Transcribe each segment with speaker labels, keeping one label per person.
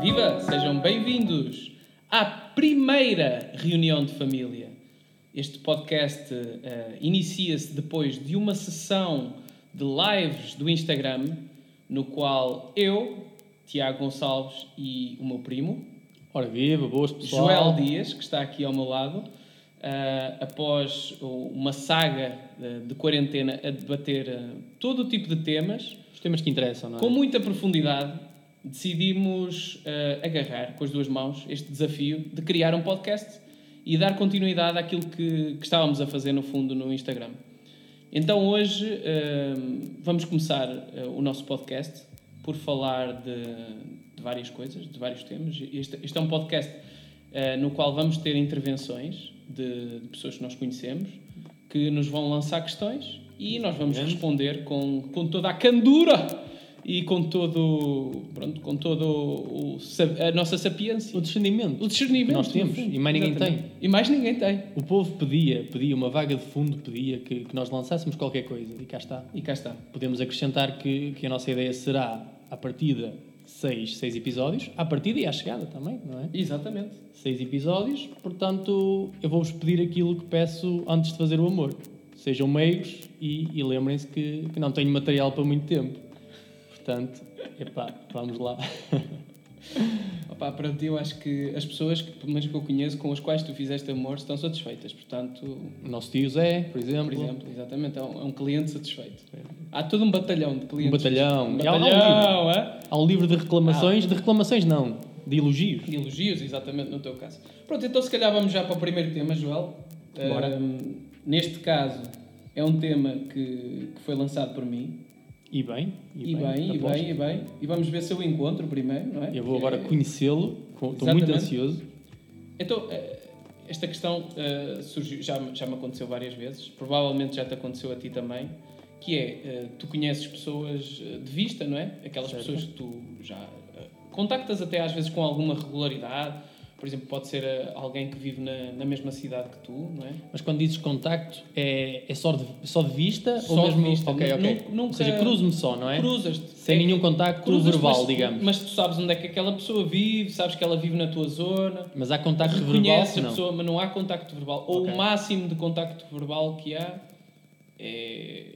Speaker 1: Viva! Sejam bem-vindos à primeira reunião de família. Este podcast eh, inicia-se depois de uma sessão de lives do Instagram, no qual eu, Tiago Gonçalves e o meu primo,
Speaker 2: Ora viva, boas pessoal.
Speaker 1: Joel Dias, que está aqui ao meu lado, ah, após o- uma saga ah, de quarentena a debater ah, todo o tipo de temas,
Speaker 2: Os temas que interessam, não é?
Speaker 1: com muita profundidade, decidimos ah, agarrar com as duas mãos este desafio de criar um podcast e dar continuidade àquilo que, que estávamos a fazer no fundo no Instagram. Então hoje ah, vamos começar ah, o nosso podcast por falar de, de várias coisas, de vários temas. Este, este é um podcast ah, no qual vamos ter intervenções de, de pessoas que nós conhecemos que nos vão lançar questões e nós vamos
Speaker 2: Exatamente.
Speaker 1: responder com, com toda a candura e com todo pronto, com todo o sab- a nossa sapiência.
Speaker 2: O discernimento.
Speaker 1: assim? O discernimento.
Speaker 2: que nós temos,
Speaker 1: no fundo.
Speaker 2: e mais ninguém
Speaker 1: Exatamente. E mais ninguém tem.
Speaker 2: O povo pedia, pedia uma vaga de fundo, pedia que, que nós lançássemos qualquer coisa. E cá está.
Speaker 1: E cá está.
Speaker 2: Podemos acrescentar que, que a nossa ideia será, à partida, seis, seis episódios. À partida e à chegada também, não é?
Speaker 1: Exatamente.
Speaker 2: Seis episódios. Portanto, eu vou-vos pedir aquilo que peço antes de fazer o amor. Sejam meigos e, e lembrem-se que, que não tenho material para muito tempo. Portanto, epá, vamos lá.
Speaker 1: Opa, pronto, eu acho que as pessoas que, pelo menos que eu conheço, com as quais tu fizeste amor, estão satisfeitas. Portanto,
Speaker 2: O nosso tio Zé, por exemplo.
Speaker 1: por exemplo, exatamente, é um, é um cliente satisfeito. Há todo um batalhão de clientes.
Speaker 2: batalhão.
Speaker 1: Um
Speaker 2: E há lá um
Speaker 1: batalhão, é?
Speaker 2: Há um livro de reclamações,
Speaker 1: Ah.
Speaker 2: de reclamações não, de elogios.
Speaker 1: De elogios, exatamente, no teu caso. Pronto, então se calhar vamos já para o primeiro tema, Joel.
Speaker 2: Bora.
Speaker 1: Ahm, neste caso, é um tema que, que foi lançado por mim.
Speaker 2: E bem,
Speaker 1: E, bem, e
Speaker 2: aposto.
Speaker 1: bem, e bem. E vamos ver se eu encontro primeiro, não é?
Speaker 2: Eu vou
Speaker 1: Porque-
Speaker 2: agora conhecê-lo, com- estou muito
Speaker 1: Exatamente.
Speaker 2: ansioso.
Speaker 1: Então, eh, esta questão eh, surgiu, já, me- já me aconteceu várias vezes, provavelmente já te aconteceu a ti também, que é, eh, tu conheces pessoas eh, de vista, não é? Aquelas
Speaker 2: Certo.
Speaker 1: pessoas que tu já eh, contactas até às vezes com alguma regularidade, por exemplo, pode ser eh, alguém que vive na, na mesma cidade que tu, não é?
Speaker 2: Mas quando dizes contacto, é, é só, de, só de vista?
Speaker 1: Só
Speaker 2: ou
Speaker 1: de
Speaker 2: mesmo,
Speaker 1: vista,
Speaker 2: Ok,
Speaker 1: nu-
Speaker 2: ok.
Speaker 1: nu- nunca-
Speaker 2: Ou seja, cruzo-me só, não é?
Speaker 1: Cruzas-te.
Speaker 2: Sem
Speaker 1: É-
Speaker 2: nenhum contacto
Speaker 1: cruzas-te,
Speaker 2: verbal,
Speaker 1: mas, tu-
Speaker 2: digamos.
Speaker 1: Mas
Speaker 2: Mas,
Speaker 1: tu sabes onde é que aquela pessoa vive, sabes que ela vive na tua zona.
Speaker 2: há contacto verbal,
Speaker 1: Reconhece a
Speaker 2: não.
Speaker 1: pessoa, mas não há contacto verbal. Ou
Speaker 2: Ok.
Speaker 1: o máximo de contacto verbal que há é,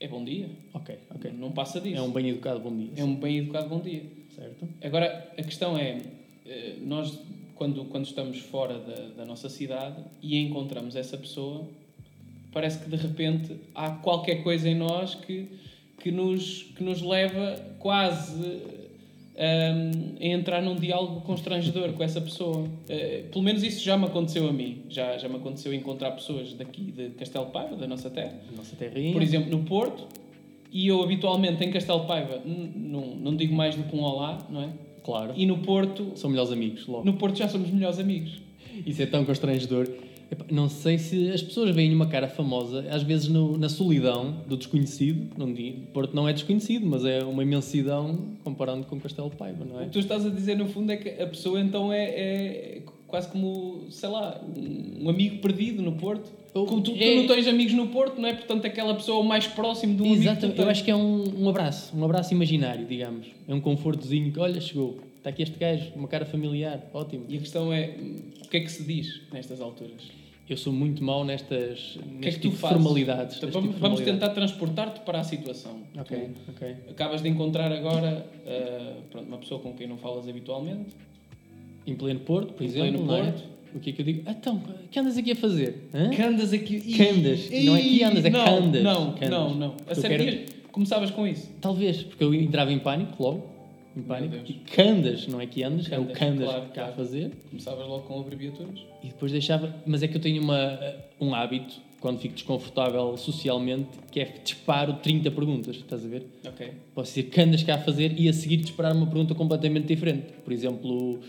Speaker 1: é bom dia.
Speaker 2: Ok, ok.
Speaker 1: Não passa disso.
Speaker 2: É um bem educado bom dia.
Speaker 1: É um bem educado bom dia.
Speaker 2: Certo?
Speaker 1: Agora, a questão é, eh, nós, quando, quando estamos fora da, da nossa cidade e encontramos essa pessoa, parece que de repente há qualquer coisa em nós que, que, nos, que nos leva quase hum, a entrar num diálogo constrangedor com essa pessoa. Eh, pelo menos isso já me aconteceu a mim. Já, já me aconteceu encontrar pessoas daqui de Castelo de Paiva, da nossa terra,
Speaker 2: Nossa terrinha.
Speaker 1: por exemplo, no Porto, e eu habitualmente em Castelo de Paiva n- não, não digo mais do que um olá, não é?
Speaker 2: Claro.
Speaker 1: E no Porto,
Speaker 2: São melhores amigos, logo.
Speaker 1: no Porto já somos melhores amigos.
Speaker 2: Isso é tão constrangedor. Epá, Não sei se as pessoas veem uma cara famosa, às vezes no- na solidão do desconhecido. Não digo, Porto não é desconhecido, mas é uma imensidão comparando com Castelo de Paiva, não
Speaker 1: O
Speaker 2: é?
Speaker 1: que tu estás a dizer no fundo é que a pessoa então é, é quase como, sei lá, um um amigo perdido no Porto.
Speaker 2: Ou-
Speaker 1: Como tu, tu
Speaker 2: é-
Speaker 1: não tens amigos no Porto, não é? Portanto, aquela pessoa é o mais próximo de um
Speaker 2: Exato,
Speaker 1: amigo. que tu
Speaker 2: eu
Speaker 1: tens.
Speaker 2: acho que é um, um abraço, um abraço imaginário, digamos. É um confortozinho que, olha, chegou, está aqui este gajo, uma cara familiar, ótimo.
Speaker 1: E a questão é, hum, o que é que se diz nestas alturas?
Speaker 2: Eu sou muito mau
Speaker 1: O
Speaker 2: nestas
Speaker 1: que é
Speaker 2: neste
Speaker 1: que
Speaker 2: tipo
Speaker 1: tu
Speaker 2: de
Speaker 1: fazes?
Speaker 2: formalidades.
Speaker 1: Então,
Speaker 2: neste
Speaker 1: vamos,
Speaker 2: tipo de
Speaker 1: vamos
Speaker 2: formalidades.
Speaker 1: tentar transportar-te para a situação.
Speaker 2: Ok, ok.
Speaker 1: Tu acabas de encontrar agora ah, pronto, uma pessoa com quem não falas habitualmente.
Speaker 2: Em pleno Porto, por
Speaker 1: Em
Speaker 2: exemplo.
Speaker 1: pleno
Speaker 2: não é?
Speaker 1: Porto.
Speaker 2: O que é que eu digo? Ah, então, o que andas aqui a fazer? Hã?
Speaker 1: Que andas aqui. Ih,
Speaker 2: Candas. Não é que andas, é
Speaker 1: não,
Speaker 2: candas.
Speaker 1: Não,
Speaker 2: Candas.
Speaker 1: não, não. A
Speaker 2: Eu
Speaker 1: sério,
Speaker 2: quero-
Speaker 1: dias- começavas com isso.
Speaker 2: Talvez, porque eu entrava em pânico logo. Em pânico.
Speaker 1: Deus.
Speaker 2: E candas, não é que andas, é o
Speaker 1: Candas,
Speaker 2: candas
Speaker 1: claro,
Speaker 2: que cá
Speaker 1: claro.
Speaker 2: a fazer.
Speaker 1: Começavas logo com abreviaturas.
Speaker 2: E depois deixava. Mas é que eu tenho uma, um hábito, quando fico desconfortável socialmente, que é disparo 30 perguntas, estás a ver?
Speaker 1: Ok.
Speaker 2: Posso dizer candas que há a fazer e a seguir disparar uma pergunta completamente diferente. Por exemplo,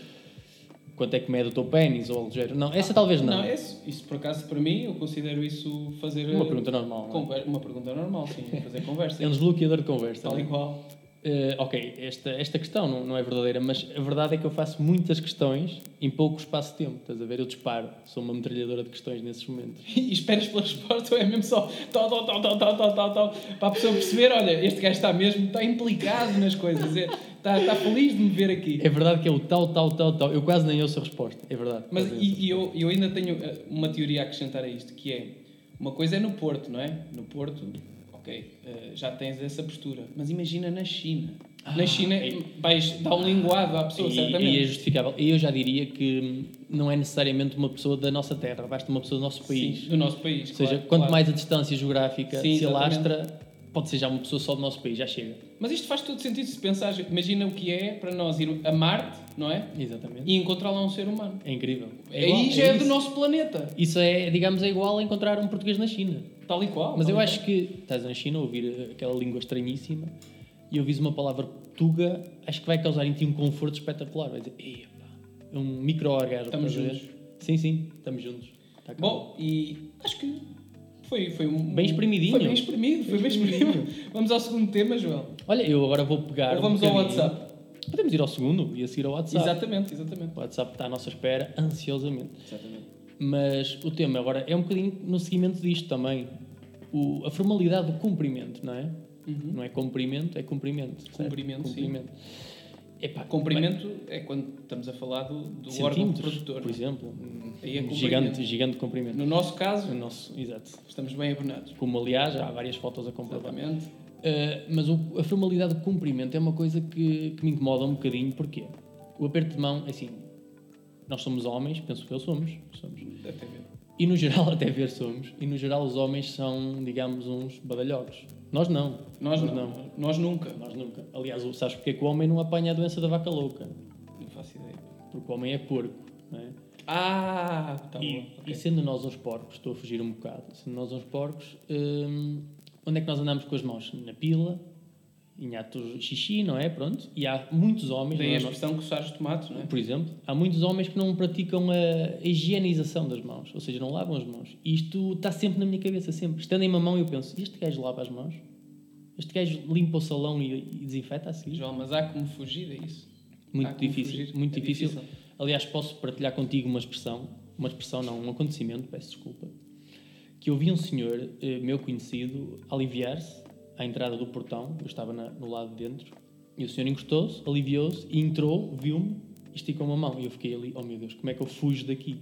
Speaker 2: quanto é que mede o teu pênis ou algo do género? Não, essa talvez não.
Speaker 1: Ah, Não, é isso, isso por acaso para mim, eu considero isso fazer.
Speaker 2: Uma
Speaker 1: eh,
Speaker 2: pergunta normal. não é?
Speaker 1: conver- Uma pergunta normal, sim. é Fazer conversa.
Speaker 2: É um desbloqueador de conversa. não
Speaker 1: Tal
Speaker 2: é?
Speaker 1: e qual.
Speaker 2: Eh, ok, esta, esta questão não, não é verdadeira, mas a verdade é que eu faço muitas questões em pouco espaço de tempo. Estás a ver? Eu disparo, sou uma metralhadora de questões nesses momentos.
Speaker 1: E esperas pela resposta, ou é mesmo só. Tó, tó, tó, tó, tó, tó, tó, tó, para a pessoa perceber, olha, este gajo está mesmo, está implicado nas coisas. É, Está tá feliz de me ver aqui.
Speaker 2: É verdade que é o tal, tal, tal, tal. Eu quase nem ouço a resposta. É verdade.
Speaker 1: Mas
Speaker 2: quase nem ouço a
Speaker 1: e, e eu, eu ainda tenho eh, uma teoria a acrescentar a isto, que é uma coisa é no Porto, não é? No Porto, ok, eh, já tens essa postura. Mas imagina na China. na
Speaker 2: Ah,
Speaker 1: China
Speaker 2: e-
Speaker 1: vais dar um linguado à pessoa,
Speaker 2: E-
Speaker 1: certamente.
Speaker 2: E é justificável. E eu já diria que hum, não é necessariamente uma pessoa da nossa terra, basta uma pessoa do nosso país.
Speaker 1: Sim, do nosso país.
Speaker 2: Ou seja,
Speaker 1: claro,
Speaker 2: quanto
Speaker 1: claro.
Speaker 2: mais a distância geográfica
Speaker 1: Sim,
Speaker 2: se
Speaker 1: exatamente.
Speaker 2: alastra, pode ser já uma pessoa só do nosso país, já chega.
Speaker 1: Mas isto faz todo sentido se pensares. Imagina o que é para nós ir a Marte, não é?
Speaker 2: Exatamente.
Speaker 1: E encontrar lá um ser humano.
Speaker 2: É incrível.
Speaker 1: Aí
Speaker 2: igual,
Speaker 1: já é, do
Speaker 2: isso.
Speaker 1: nosso planeta.
Speaker 2: Isso é, digamos, é igual a encontrar um português na China.
Speaker 1: Tal e qual.
Speaker 2: Mas
Speaker 1: tal
Speaker 2: eu
Speaker 1: e
Speaker 2: acho que estás na China a ouvir aquela língua estranhíssima e ouvis uma palavra tuga, acho que vai causar em ti um conforto espetacular. Vai dizer, "Ei, pá, é um micro-orgasmo.
Speaker 1: Estamos
Speaker 2: estás a ver?" Sim, sim, estamos juntos. Tá calmo.
Speaker 1: Bom, e acho que foi, foi um.
Speaker 2: Bem espremidinho.
Speaker 1: Foi bem espremido, foi bem espremido. Vamos ao segundo tema, Joel.
Speaker 2: Olha, eu agora vou pegar.
Speaker 1: Ou vamos ao
Speaker 2: um bocadinho.
Speaker 1: WhatsApp.
Speaker 2: Podemos ir ao segundo e a seguir ao WhatsApp.
Speaker 1: Exatamente, exatamente.
Speaker 2: O WhatsApp está à nossa espera ansiosamente.
Speaker 1: Exatamente.
Speaker 2: Mas o tema agora é um bocadinho no seguimento disto também. O- a formalidade do cumprimento, não é?
Speaker 1: Uhum.
Speaker 2: Não é cumprimento, é cumprimento. certo?
Speaker 1: Hum? Cumprimento, sim.
Speaker 2: cumprimento. Epá,
Speaker 1: Cumprimento é quando estamos a falar do, do
Speaker 2: bem,
Speaker 1: órgão
Speaker 2: centímetros,
Speaker 1: produtor.
Speaker 2: Por exemplo,
Speaker 1: Aí é
Speaker 2: um
Speaker 1: cumprimento.
Speaker 2: gigante, gigante cumprimento.
Speaker 1: No nosso caso,
Speaker 2: O nosso, exato.
Speaker 1: estamos bem abonados.
Speaker 2: Como aliás, há várias fotos a comprovar.
Speaker 1: Exatamente.
Speaker 2: Uh, mas o- a formalidade do cumprimento é uma coisa que, que me incomoda um bocadinho, porquê? O aperto de mão, é assim, nós somos homens, penso que eu somos, somos,
Speaker 1: Até ver.
Speaker 2: e no geral, até ver somos, e no geral os homens são, digamos, uns badalhocos. Nós não.
Speaker 1: Nós não. Nós nunca.
Speaker 2: Nós nunca. Aliás, sabes porque é que o homem não apanha a doença da vaca louca?
Speaker 1: Não faço ideia.
Speaker 2: Porque o homem é porco, não é?
Speaker 1: Ah, tá bom.
Speaker 2: E,
Speaker 1: ok.
Speaker 2: e sendo nós uns porcos, estou a fugir um bocado, sendo nós uns porcos, hum, onde é que nós andamos com as mãos? Na pila, em atos xixi, não é? Pronto. E há muitos homens,
Speaker 1: Daí
Speaker 2: não
Speaker 1: a
Speaker 2: é?
Speaker 1: expressão coçar os tomates, não é?
Speaker 2: por exemplo, há muitos homens que não praticam a higienização das mãos, ou seja, não lavam as mãos. E isto está sempre na minha cabeça, sempre. Estendem-me a mão e eu penso, este gajo lava as mãos? Este gajo limpa o salão e, e desinfeta assim?
Speaker 1: Joel, mas há como fugir a isso.
Speaker 2: Muito
Speaker 1: Há como
Speaker 2: difícil,
Speaker 1: fugir.
Speaker 2: muito
Speaker 1: É
Speaker 2: difícil. Aliás, posso partilhar contigo uma expressão, uma expressão não, um acontecimento, peço desculpa, que eu vi um senhor, eh, meu conhecido, aliviar-se à entrada do portão, eu estava na- no lado de dentro, e o senhor encostou-se, aliviou-se, e entrou, viu-me, esticou uma mão, e eu fiquei ali, oh meu Deus, como é que eu fujo daqui?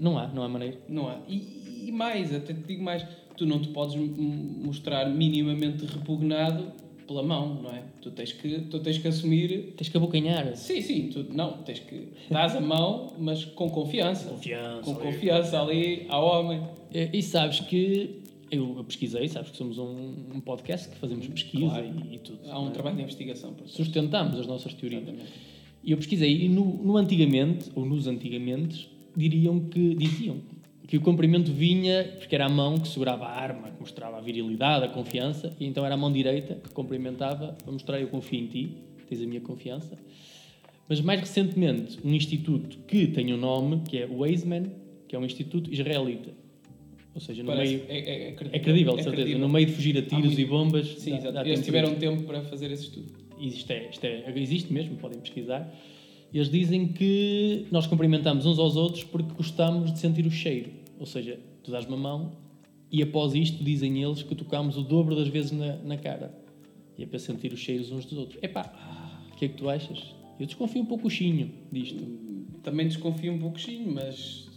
Speaker 2: Não há, não há maneira.
Speaker 1: Não há. E, e mais, até te digo mais, tu não te podes m- m- mostrar minimamente repugnado pela mão, não é? Tu tens que, tu tens que assumir.
Speaker 2: Tens que abocanhar.
Speaker 1: Sim, sim, tu não, tens que. Dás a mão, mas com confiança.
Speaker 2: Confiança
Speaker 1: Com
Speaker 2: ali.
Speaker 1: confiança ali ao homem.
Speaker 2: Eh, E sabes que, eu, eu pesquisei, sabes que somos um, um podcast que fazemos pesquisa
Speaker 1: Claro.
Speaker 2: e, e tudo.
Speaker 1: Há um
Speaker 2: não é?
Speaker 1: trabalho de investigação, por isso.
Speaker 2: sustentamos as nossas teorias.
Speaker 1: Exatamente.
Speaker 2: E eu pesquisei, e no, no antigamente, ou nos antigamente, diriam que, diziam que o comprimento vinha porque era a mão que segurava a arma, que mostrava a virilidade, a confiança, e então era a mão direita que cumprimentava para mostrar eu confio em ti, tens a minha confiança. Mas mais recentemente, um instituto que tem um nome, que é o Weizmann, que é um instituto israelita. Ou seja, no
Speaker 1: Parece-
Speaker 2: meio...
Speaker 1: é, é, é
Speaker 2: É credível, de certeza. No meio de fugir a tiros
Speaker 1: muito-
Speaker 2: e bombas...
Speaker 1: Sim,
Speaker 2: dá-
Speaker 1: exato.
Speaker 2: dá tempo
Speaker 1: Eles
Speaker 2: de-
Speaker 1: tiveram um tempo para fazer esse estudo.
Speaker 2: isto é, isto é, existe mesmo, podem pesquisar. Eles dizem que nós cumprimentamos uns aos outros porque gostamos de sentir o cheiro. Ou seja, tu dás uma mão e após isto dizem eles que tocamos o dobro das vezes na, na cara. E é para sentir os cheiros uns dos outros. Epá, o que é que tu achas? Eu desconfio um pouco o chinho disto.
Speaker 1: Também desconfio um pouquinho, mas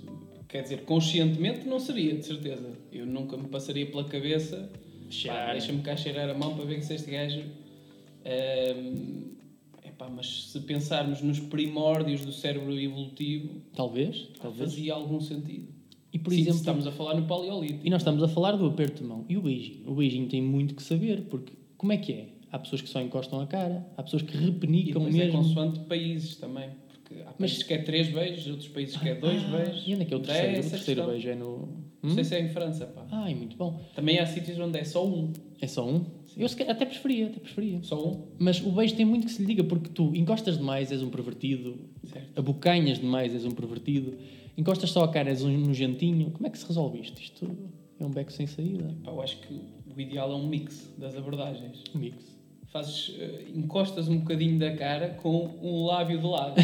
Speaker 1: quer dizer, conscientemente não seria, de certeza. Eu nunca me passaria pela cabeça. Pá,
Speaker 2: Cheirar.
Speaker 1: deixa-me cá cheirar a mão para ver que se este gajo. é epá, mas se pensarmos nos primórdios do cérebro evolutivo,
Speaker 2: Talvez, talvez.
Speaker 1: fazia algum sentido.
Speaker 2: E por
Speaker 1: Sim,
Speaker 2: exemplo,
Speaker 1: estamos a falar no paleolítico.
Speaker 2: E nós estamos a falar do aperto de mão e o beijinho. O beijinho tem muito que saber, porque como é que é? Há pessoas que só encostam a cara, há pessoas que
Speaker 1: E
Speaker 2: repenicam
Speaker 1: depois é
Speaker 2: mesmo.
Speaker 1: consoante países também. Porque há países que é 3 beijos, outros países que é 2
Speaker 2: Ah,
Speaker 1: beijos.
Speaker 2: E onde é que é o
Speaker 1: Daí
Speaker 2: terceiro?
Speaker 1: essa
Speaker 2: o terceiro
Speaker 1: questão.
Speaker 2: beijo é no.
Speaker 1: Não sei
Speaker 2: Hum?
Speaker 1: se é em França, pá.
Speaker 2: Ai, muito bom.
Speaker 1: Também há sítios onde é só um.
Speaker 2: É só um? Eu se calhar até preferia, até preferia.
Speaker 1: Só um.
Speaker 2: Mas o beijo tem muito que se lhe diga, porque tu encostas demais, és um pervertido,
Speaker 1: Certo.
Speaker 2: abocanhas demais, és um pervertido, encostas só a cara, és um nojentinho. Como é que se resolve isto? Isto é um beco sem saída.
Speaker 1: Pá, eu acho que o ideal é um mix das abordagens.
Speaker 2: Um Mix.
Speaker 1: Fazes, eh, encostas um bocadinho da cara com um lábio de lado.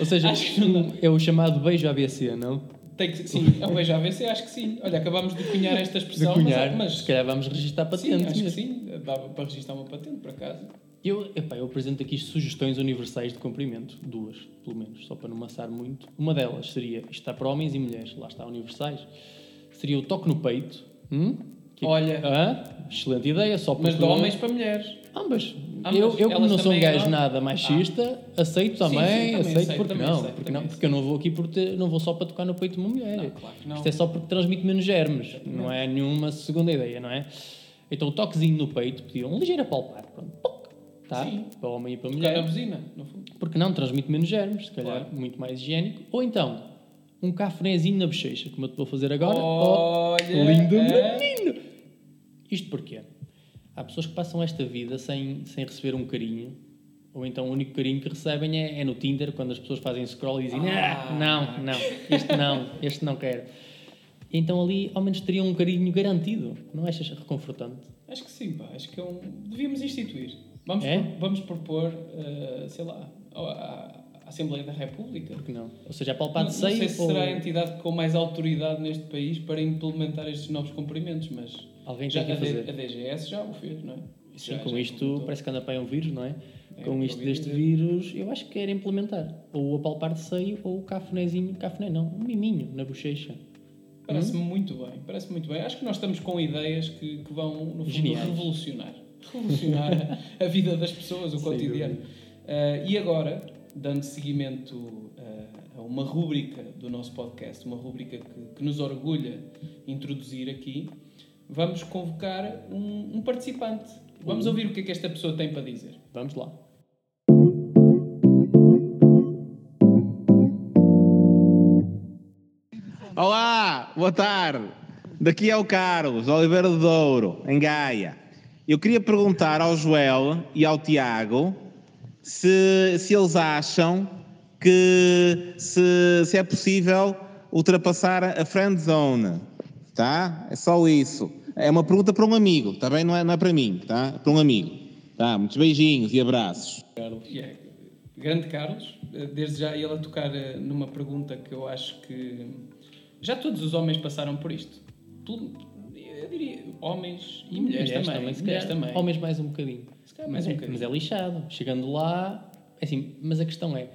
Speaker 2: Ou seja,
Speaker 1: Acho que não
Speaker 2: é o chamado beijo ABC, não?
Speaker 1: Tem que, sim, é um beijo AVC, acho que sim. Olha, acabámos de cunhar esta
Speaker 2: De
Speaker 1: expressão,
Speaker 2: cunhar,
Speaker 1: mas,
Speaker 2: se
Speaker 1: mas
Speaker 2: calhar vamos registrar
Speaker 1: sim,
Speaker 2: patente
Speaker 1: acho que
Speaker 2: mesmo.
Speaker 1: sim. Dava para registrar uma patente, por acaso.
Speaker 2: Eu, epá, eu apresento aqui sugestões universais de comprimento, duas, pelo menos, só para não amassar muito. Uma delas seria, isto está para homens e mulheres, lá está universais, seria o toque no peito. Hum? Que-
Speaker 1: Olha.
Speaker 2: Hã? excelente ideia, só
Speaker 1: Mas de
Speaker 2: porque-
Speaker 1: homens para mulheres.
Speaker 2: Ambas.
Speaker 1: Ambas.
Speaker 2: Eu, eu como
Speaker 1: Elas
Speaker 2: não sou um
Speaker 1: também
Speaker 2: gajo
Speaker 1: não? Ah.
Speaker 2: nada machista, aceito
Speaker 1: Sim, sim,
Speaker 2: também,
Speaker 1: também
Speaker 2: aceito,
Speaker 1: aceito,
Speaker 2: porque
Speaker 1: também
Speaker 2: não,
Speaker 1: aceito,
Speaker 2: porque
Speaker 1: também
Speaker 2: não, porque eu não vou aqui por ter- não vou só para tocar no peito de uma mulher.
Speaker 1: Não, claro que não.
Speaker 2: Isto é só porque transmite menos germes, não é nenhuma segunda ideia, não é? Então o toquezinho no peito, pedir um ligeiro apalpar, pronto, poc, tá?
Speaker 1: Sim.
Speaker 2: Para homem e para
Speaker 1: Tocar na
Speaker 2: mulher.
Speaker 1: buzina, no fundo.
Speaker 2: Porque não, transmite menos germes, se calhar
Speaker 1: Claro.
Speaker 2: muito mais higiênico. Ou então, um cafunézinho na bochecha, como eu te vou fazer agora.
Speaker 1: Oh,
Speaker 2: oh,
Speaker 1: Olha,
Speaker 2: lindo
Speaker 1: é.
Speaker 2: menino! Isto porquê? Há pessoas que passam esta vida sem, sem receber um carinho, ou então o único carinho que recebem é, é no Tinder, quando as pessoas fazem scroll e dizem
Speaker 1: Ah.
Speaker 2: "Ah, não, não, este não, este não quero. Então ali, ao menos, teriam um carinho garantido. Não achas reconfortante?
Speaker 1: Acho que sim, pá. Acho que é um... devíamos instituir. Vamos,
Speaker 2: É?
Speaker 1: pro- vamos propor, eh, sei lá, ao- à à Assembleia da República.
Speaker 2: Porque não? Ou seja,
Speaker 1: Não,
Speaker 2: apalpar
Speaker 1: não
Speaker 2: de seio
Speaker 1: sei se
Speaker 2: ou
Speaker 1: será a entidade com mais autoridade neste país para implementar estes novos cumprimentos, mas
Speaker 2: alguém
Speaker 1: já
Speaker 2: tem
Speaker 1: a,
Speaker 2: que
Speaker 1: D-
Speaker 2: fazer.
Speaker 1: a DGS já o fez, não é?
Speaker 2: Sim,
Speaker 1: Já-
Speaker 2: com
Speaker 1: já
Speaker 2: isto
Speaker 1: implementou.
Speaker 2: parece que anda para aí um vírus, não é?
Speaker 1: É,
Speaker 2: com
Speaker 1: eu
Speaker 2: isto
Speaker 1: ouvi
Speaker 2: deste
Speaker 1: dizer.
Speaker 2: vírus, eu acho que quer implementar. Ou a palpar de seio, ou o cafunézinho, cafuné não, um miminho na bochecha.
Speaker 1: Parece-me muito bem, parece muito bem. Acho que nós estamos com ideias que, que vão, no fundo,
Speaker 2: Geniais.
Speaker 1: revolucionar. Revolucionar a a vida das pessoas, o
Speaker 2: Sem
Speaker 1: cotidiano. Ah, e agora, dando seguimento ah, a uma rúbrica do nosso podcast, uma rúbrica que, que nos orgulha introduzir aqui, vamos convocar um, um participante. Vamos
Speaker 2: Uhum.
Speaker 1: ouvir o que é que esta pessoa tem para dizer.
Speaker 2: Vamos lá.
Speaker 3: Olá, boa tarde. Daqui é o Carlos Oliveira de Douro, em Gaia. Eu queria perguntar ao Joel e ao Tiago se, se eles acham que se, se é possível ultrapassar a friend zone, tá? É só isso. É uma pergunta para um amigo, também não é, não é para mim, tá? É para um amigo. Tá, muitos beijinhos e abraços.
Speaker 1: E é, grande Carlos, eh, desde já ele a tocar eh, numa pergunta que eu acho que já todos os homens passaram por isto. Pelo- Eu diria homens e mulheres, também. mulheres
Speaker 2: se calhar.
Speaker 1: também.
Speaker 2: Homens mais um bocadinho.
Speaker 1: Se calhar mais
Speaker 2: mas,
Speaker 1: um
Speaker 2: é,
Speaker 1: bocadinho.
Speaker 2: mas é lixado. Chegando lá, é assim, mas a questão é,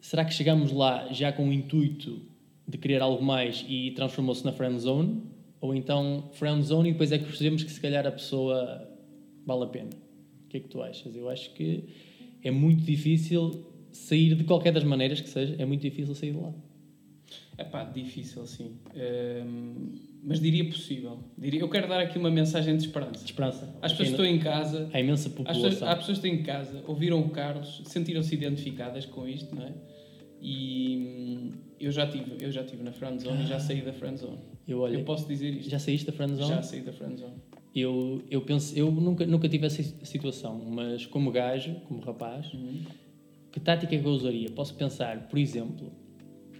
Speaker 2: será que chegamos lá já com o intuito de querer algo mais e transformou-se na friend zone? Ou então friend zone e depois é que percebemos que se calhar a pessoa vale a pena? O que é que tu achas? Eu acho que é muito difícil sair de qualquer das maneiras que seja, é muito difícil sair de lá.
Speaker 1: É pá, difícil sim. Ehm, mas diria possível. Diria, eu quero dar aqui uma mensagem de esperança.
Speaker 2: De esperança.
Speaker 1: Às pessoas que estão em casa,
Speaker 2: Há imensa
Speaker 1: As pessoas,
Speaker 2: população.
Speaker 1: há pessoas que estão em casa, ouviram o Carlos, sentiram-se identificadas com isto, não é? E hum, eu já tive, eu já tive na friendzone e já saí da friendzone.
Speaker 2: Eu olho-
Speaker 1: eu posso dizer isto.
Speaker 2: Já saíste da friend
Speaker 1: Já,
Speaker 2: zone?
Speaker 1: saí da friendzone.
Speaker 2: Eu, eu penso, eu nunca, nunca tive essa situação, mas como gajo, como rapaz, que tática é que eu usaria? Posso pensar, por exemplo,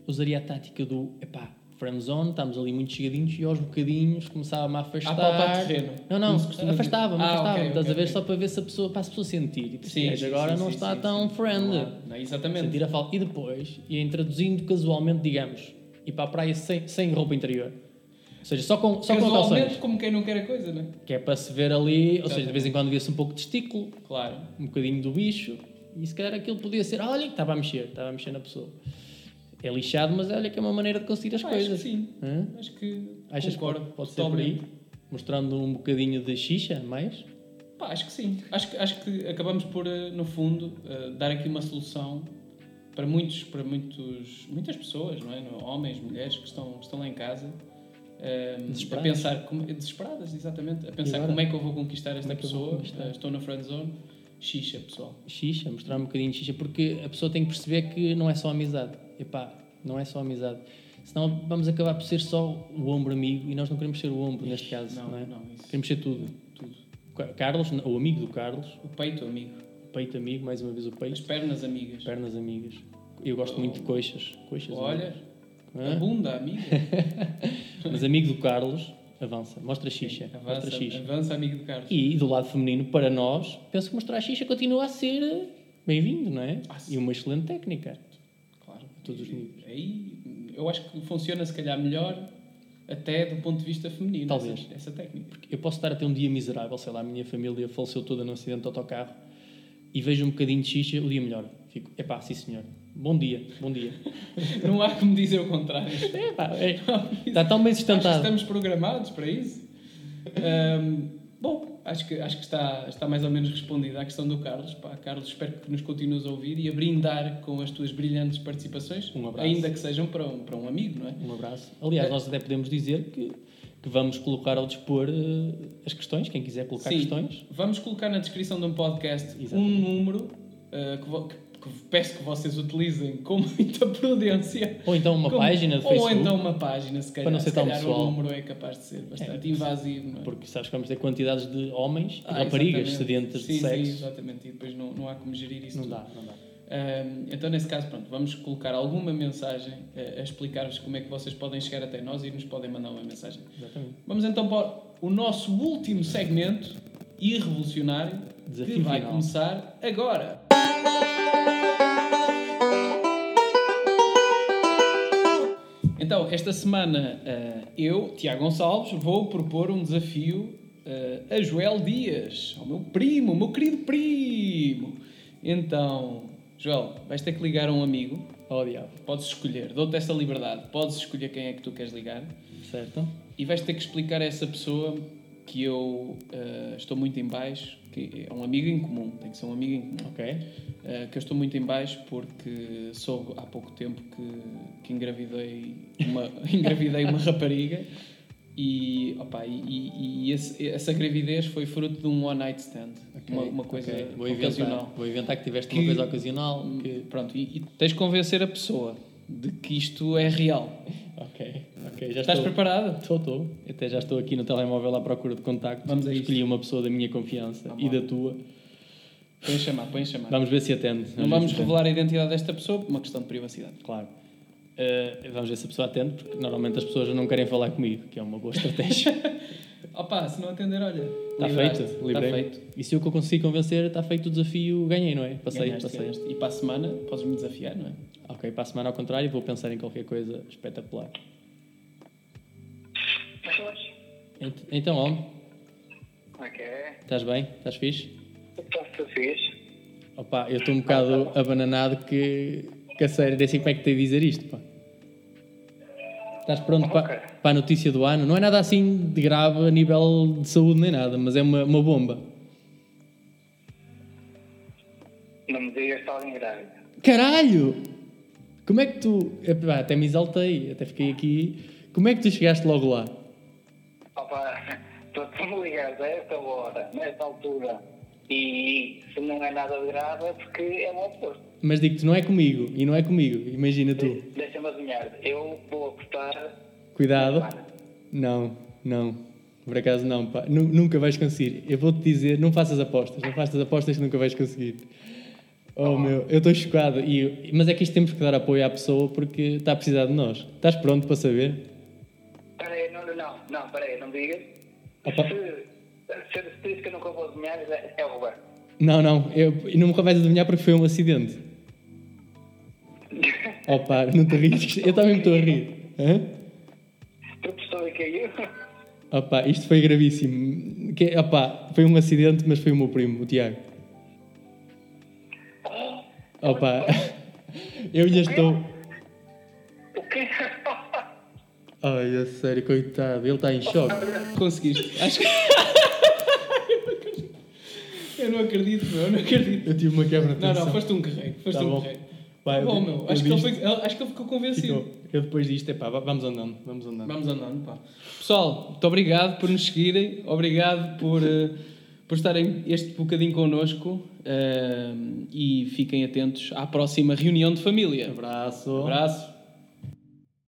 Speaker 2: usaria a tática do epá, friendzone, estamos ali muito chegadinhos e aos bocadinhos começava-me
Speaker 1: Ah,
Speaker 2: a afastar.
Speaker 1: palpar terreno,
Speaker 2: Não,
Speaker 1: como
Speaker 2: não,
Speaker 1: se costuma dizer.
Speaker 2: afastava-me,
Speaker 1: Ah, ok,
Speaker 2: afastava-me,
Speaker 1: ok,
Speaker 2: estás a ver?
Speaker 1: ok.
Speaker 2: Só para ver se a pessoa, para a pessoa sentir. Tipo, sim, agora
Speaker 1: sim,
Speaker 2: não
Speaker 1: sim,
Speaker 2: está
Speaker 1: sim,
Speaker 2: tão
Speaker 1: sim.
Speaker 2: friend.
Speaker 1: Não, não, exatamente.
Speaker 2: Sentir a falta. E depois, e introduzindo casualmente, digamos, ir para a praia sem, sem roupa interior. Ou seja, só com, só com calções.
Speaker 1: Casualmente, como quem não quer a coisa, não é?
Speaker 2: Que é para se ver ali, ou seja, de vez em quando via-se um pouco de testículo,
Speaker 1: Claro.
Speaker 2: um bocadinho do bicho, e se calhar aquilo podia ser, olha, que estava a mexer, estava a mexer na pessoa. É lixado, mas olha que é uma maneira de conseguir as
Speaker 1: Acho
Speaker 2: coisas.
Speaker 1: que sim.
Speaker 2: Hã?
Speaker 1: Acho que
Speaker 2: Achas
Speaker 1: concordo.
Speaker 2: que pode- pode ser por aí? Mostrando um bocadinho de xixa, mais?
Speaker 1: Pá, acho que sim. Acho que, acho que acabamos por, eh, no fundo, eh, dar aqui uma solução para, muitos, para muitos, muitas pessoas, não é? Não- homens, mulheres que estão, que estão lá em casa. eh, a
Speaker 2: Desesperadas.
Speaker 1: pensar como, desesperadas, exatamente. A pensar
Speaker 2: agora?
Speaker 1: como é que eu vou conquistar esta
Speaker 2: Como é que eu vou
Speaker 1: pessoa.
Speaker 2: conquistar?
Speaker 1: eh, estou na friend zone. Xixa, pessoal.
Speaker 2: Xixa, mostrar um bocadinho de xixa, porque a pessoa tem que perceber que não é só amizade. Epá, não é só amizade. Senão vamos acabar por ser só o ombro amigo, e nós não queremos ser o ombro neste caso,
Speaker 1: não,
Speaker 2: não, é?
Speaker 1: não, isso.
Speaker 2: Queremos ser tudo.
Speaker 1: Tudo.
Speaker 2: Ca- Carlos, o amigo do Carlos,
Speaker 1: O peito, amigo.
Speaker 2: peito amigo, mais uma vez o peito.
Speaker 1: As pernas, amigas.
Speaker 2: Pernas amigas. Eu gosto muito de coxas. Coxas
Speaker 1: Olha.
Speaker 2: amigas.
Speaker 1: A
Speaker 2: Hã?
Speaker 1: bunda, amiga.
Speaker 2: Mas amigo do Carlos, avança. Mostra a xixa.
Speaker 1: Avança,
Speaker 2: Mostra a xixa.
Speaker 1: avança, amigo de Carlos.
Speaker 2: E do lado feminino, para nós, penso que mostrar a xixa continua a ser eh, bem-vindo, não é?
Speaker 1: Ah, sim.
Speaker 2: E uma excelente técnica.
Speaker 1: Claro.
Speaker 2: todos os níveis.
Speaker 1: Aí eu acho que funciona se calhar melhor até do ponto de vista feminino.
Speaker 2: Talvez.
Speaker 1: Essa, essa técnica.
Speaker 2: Eu posso estar a ter um dia miserável, sei lá, a minha família faleceu toda num acidente de autocarro e vejo um bocadinho de xixa, o dia melhor. Fico, epá, sim senhor. Bom dia, bom dia.
Speaker 1: Não há como dizer o contrário.
Speaker 2: Epá, é, está tão bem
Speaker 1: Acho que
Speaker 2: sustentado.
Speaker 1: estamos programados para isso. Ahm, bom, acho que, acho que está, está mais ou menos respondida à questão do Carlos. Pá, Carlos, espero que nos continues a ouvir e a brindar com as tuas brilhantes participações,
Speaker 2: Um abraço.
Speaker 1: ainda que sejam para um, para um amigo, não é?
Speaker 2: Um abraço. Aliás, nós até podemos dizer que, que vamos colocar ao dispor eh, as questões, quem quiser colocar questões.
Speaker 1: Vamos colocar na descrição de um podcast
Speaker 2: Exatamente.
Speaker 1: um número ah, que, vo- que- que peço que vocês utilizem com muita prudência.
Speaker 2: Ou então uma
Speaker 1: Como-
Speaker 2: página de
Speaker 1: Ou
Speaker 2: Facebook.
Speaker 1: então uma página, se calhar.
Speaker 2: não ser
Speaker 1: se
Speaker 2: tão
Speaker 1: calhar
Speaker 2: pessoal.
Speaker 1: o número é capaz de ser bastante invasivo, não é?
Speaker 2: Porque sabes que vamos ter quantidades de homens
Speaker 1: Ah,
Speaker 2: e raparigas
Speaker 1: exatamente.
Speaker 2: sedentas
Speaker 1: Sim,
Speaker 2: de sexo.
Speaker 1: Sim, exatamente. E depois não, não há como gerir isso
Speaker 2: não
Speaker 1: tudo.
Speaker 2: dá, não dá.
Speaker 1: Ahm, então, nesse caso, pronto, vamos colocar alguma mensagem eh, a, explicar-vos como é que vocês podem chegar até nós e nos podem mandar uma mensagem.
Speaker 2: Exatamente.
Speaker 1: Vamos então para o nosso último segmento e revolucionário que
Speaker 2: Desafio
Speaker 1: vai
Speaker 2: final.
Speaker 1: começar agora. Então, esta semana eh, eu, Tiago Gonçalves, vou propor um desafio eh, a Joel Dias, ao meu primo, meu querido primo. Então, Joel, vais ter que ligar a um amigo,
Speaker 2: Oh, diabo.
Speaker 1: podes escolher, dou-te essa liberdade, podes escolher quem é que tu queres ligar
Speaker 2: Certo?
Speaker 1: e vais ter que explicar a essa pessoa que eu eh, estou muito em baixo, que é um amigo em comum, tem que ser um amigo em comum,
Speaker 2: Ok.
Speaker 1: eh, que eu estou muito em baixo porque soube há pouco tempo que, que engravidei, uma, engravidei uma rapariga e, opa, e, e- e esse- essa gravidez foi fruto de um one night stand,
Speaker 2: ok,
Speaker 1: uma, uma coisa
Speaker 2: ok. Vou
Speaker 1: ocasional.
Speaker 2: inventar, vou inventar que tiveste
Speaker 1: Que-
Speaker 2: uma coisa ocasional.
Speaker 1: Que,
Speaker 2: Que...
Speaker 1: pronto, e, e tens de convencer a pessoa de que isto é real.
Speaker 2: Ok, ok. Já
Speaker 1: Estás
Speaker 2: estou...
Speaker 1: preparado?
Speaker 2: Estou, estou. Até já estou aqui no telemóvel à procura de contacto.
Speaker 1: Vamos a isso.
Speaker 2: Escolhi uma pessoa da minha confiança
Speaker 1: Vamos
Speaker 2: e
Speaker 1: lá.
Speaker 2: da tua.
Speaker 1: Põe a chamar, põe a chamar.
Speaker 2: Vamos ver se atende.
Speaker 1: Não
Speaker 2: ver
Speaker 1: vamos
Speaker 2: se atende.
Speaker 1: revelar a identidade desta pessoa por uma questão de privacidade.
Speaker 2: Claro. Uh, vamos ver se a pessoa atende, porque normalmente as pessoas não querem falar comigo, que é uma boa estratégia.
Speaker 1: Opa, se não atender, olha.
Speaker 2: Está
Speaker 1: livraste,
Speaker 2: Tá feito,
Speaker 1: Está
Speaker 2: livrei.
Speaker 1: feito.
Speaker 2: E se eu que eu consegui convencer, está feito o desafio, ganhei, não é? Passei,
Speaker 1: Ganhaste,
Speaker 2: passei.
Speaker 1: ganhaste. E para a semana podes-me desafiar, não é?
Speaker 2: Ok, para a semana ao contrário, vou pensar em qualquer coisa espetacular. Ent- Então, homem,
Speaker 4: Ok.
Speaker 2: estás bem? Estás fixe?
Speaker 4: Posso fixe?
Speaker 2: Opa, eu estou um bocado abananado que, que a sério, nem sei como é que tenho de dizer isto, pá. Estás pronto pa-
Speaker 4: Ok.
Speaker 2: para, a notícia do ano? Não é nada assim de grave a nível de saúde nem nada, mas é uma, uma bomba.
Speaker 4: Não me digas que está alguém grávida.
Speaker 2: Caralho! Como é que tu... Epá, até me exaltei, até fiquei aqui. Como é que tu chegaste logo lá?
Speaker 4: Opa, tu tu me ligas a esta hora, nesta altura, e se não é nada de grave é porque é o oposto.
Speaker 2: Mas digo-te, não é comigo, e não é comigo, imagina tu.
Speaker 4: Deixa-me adivinhar, eu vou apostar.
Speaker 2: Cuidado. Não, não. Por acaso não, pá. Nu- nunca vais conseguir. Eu vou-te dizer, não faças apostas. Não faças apostas que nunca vais conseguir. Oh, meu, eu estou chocado. E, mas é que isto temos que dar apoio à pessoa porque está a precisar de nós. Estás pronto para saber?
Speaker 4: Espera aí, não, não, não, não, espera aí, não me digas.
Speaker 2: Opa.
Speaker 4: Se, se, se diz que eu nunca vou adivinhar, é é o Roberto.
Speaker 2: Não, não. Eu, não me vais adivinhar porque foi um acidente. Oh, pá, não te rires. Eu também me estou a rir. Hã?
Speaker 4: Tu pessoa que é caiu?
Speaker 2: Oh, pá, isto foi gravíssimo. Que, oh, pá, foi um acidente, mas foi o meu primo, o Tiago. Opa, eu lhe estou.
Speaker 4: O quê?
Speaker 2: Ai, a sério, coitado, ele está em choque.
Speaker 1: Conseguiste. Acho que. eu não acredito, meu. Eu não acredito.
Speaker 2: Eu tive uma quebra de
Speaker 1: Não,
Speaker 2: tensão.
Speaker 1: não, foste um guerreiro. Foste
Speaker 2: Tá
Speaker 1: um
Speaker 2: bom.
Speaker 1: guerreiro.
Speaker 2: Vai,
Speaker 1: bom,
Speaker 2: eu-
Speaker 1: meu.
Speaker 2: eu
Speaker 1: Acho que, ele
Speaker 2: vi
Speaker 1: foi- ele- acho que ele ficou convencido.
Speaker 2: Ficou. Eu depois disto, epá, va- vamos andando, vamos andando.
Speaker 1: Vamos andando, pá. Pessoal, muito obrigado por nos seguirem, obrigado por, eh, por estarem este bocadinho connosco eh, e fiquem atentos à próxima reunião de família.
Speaker 2: Abraço.
Speaker 1: Abraço.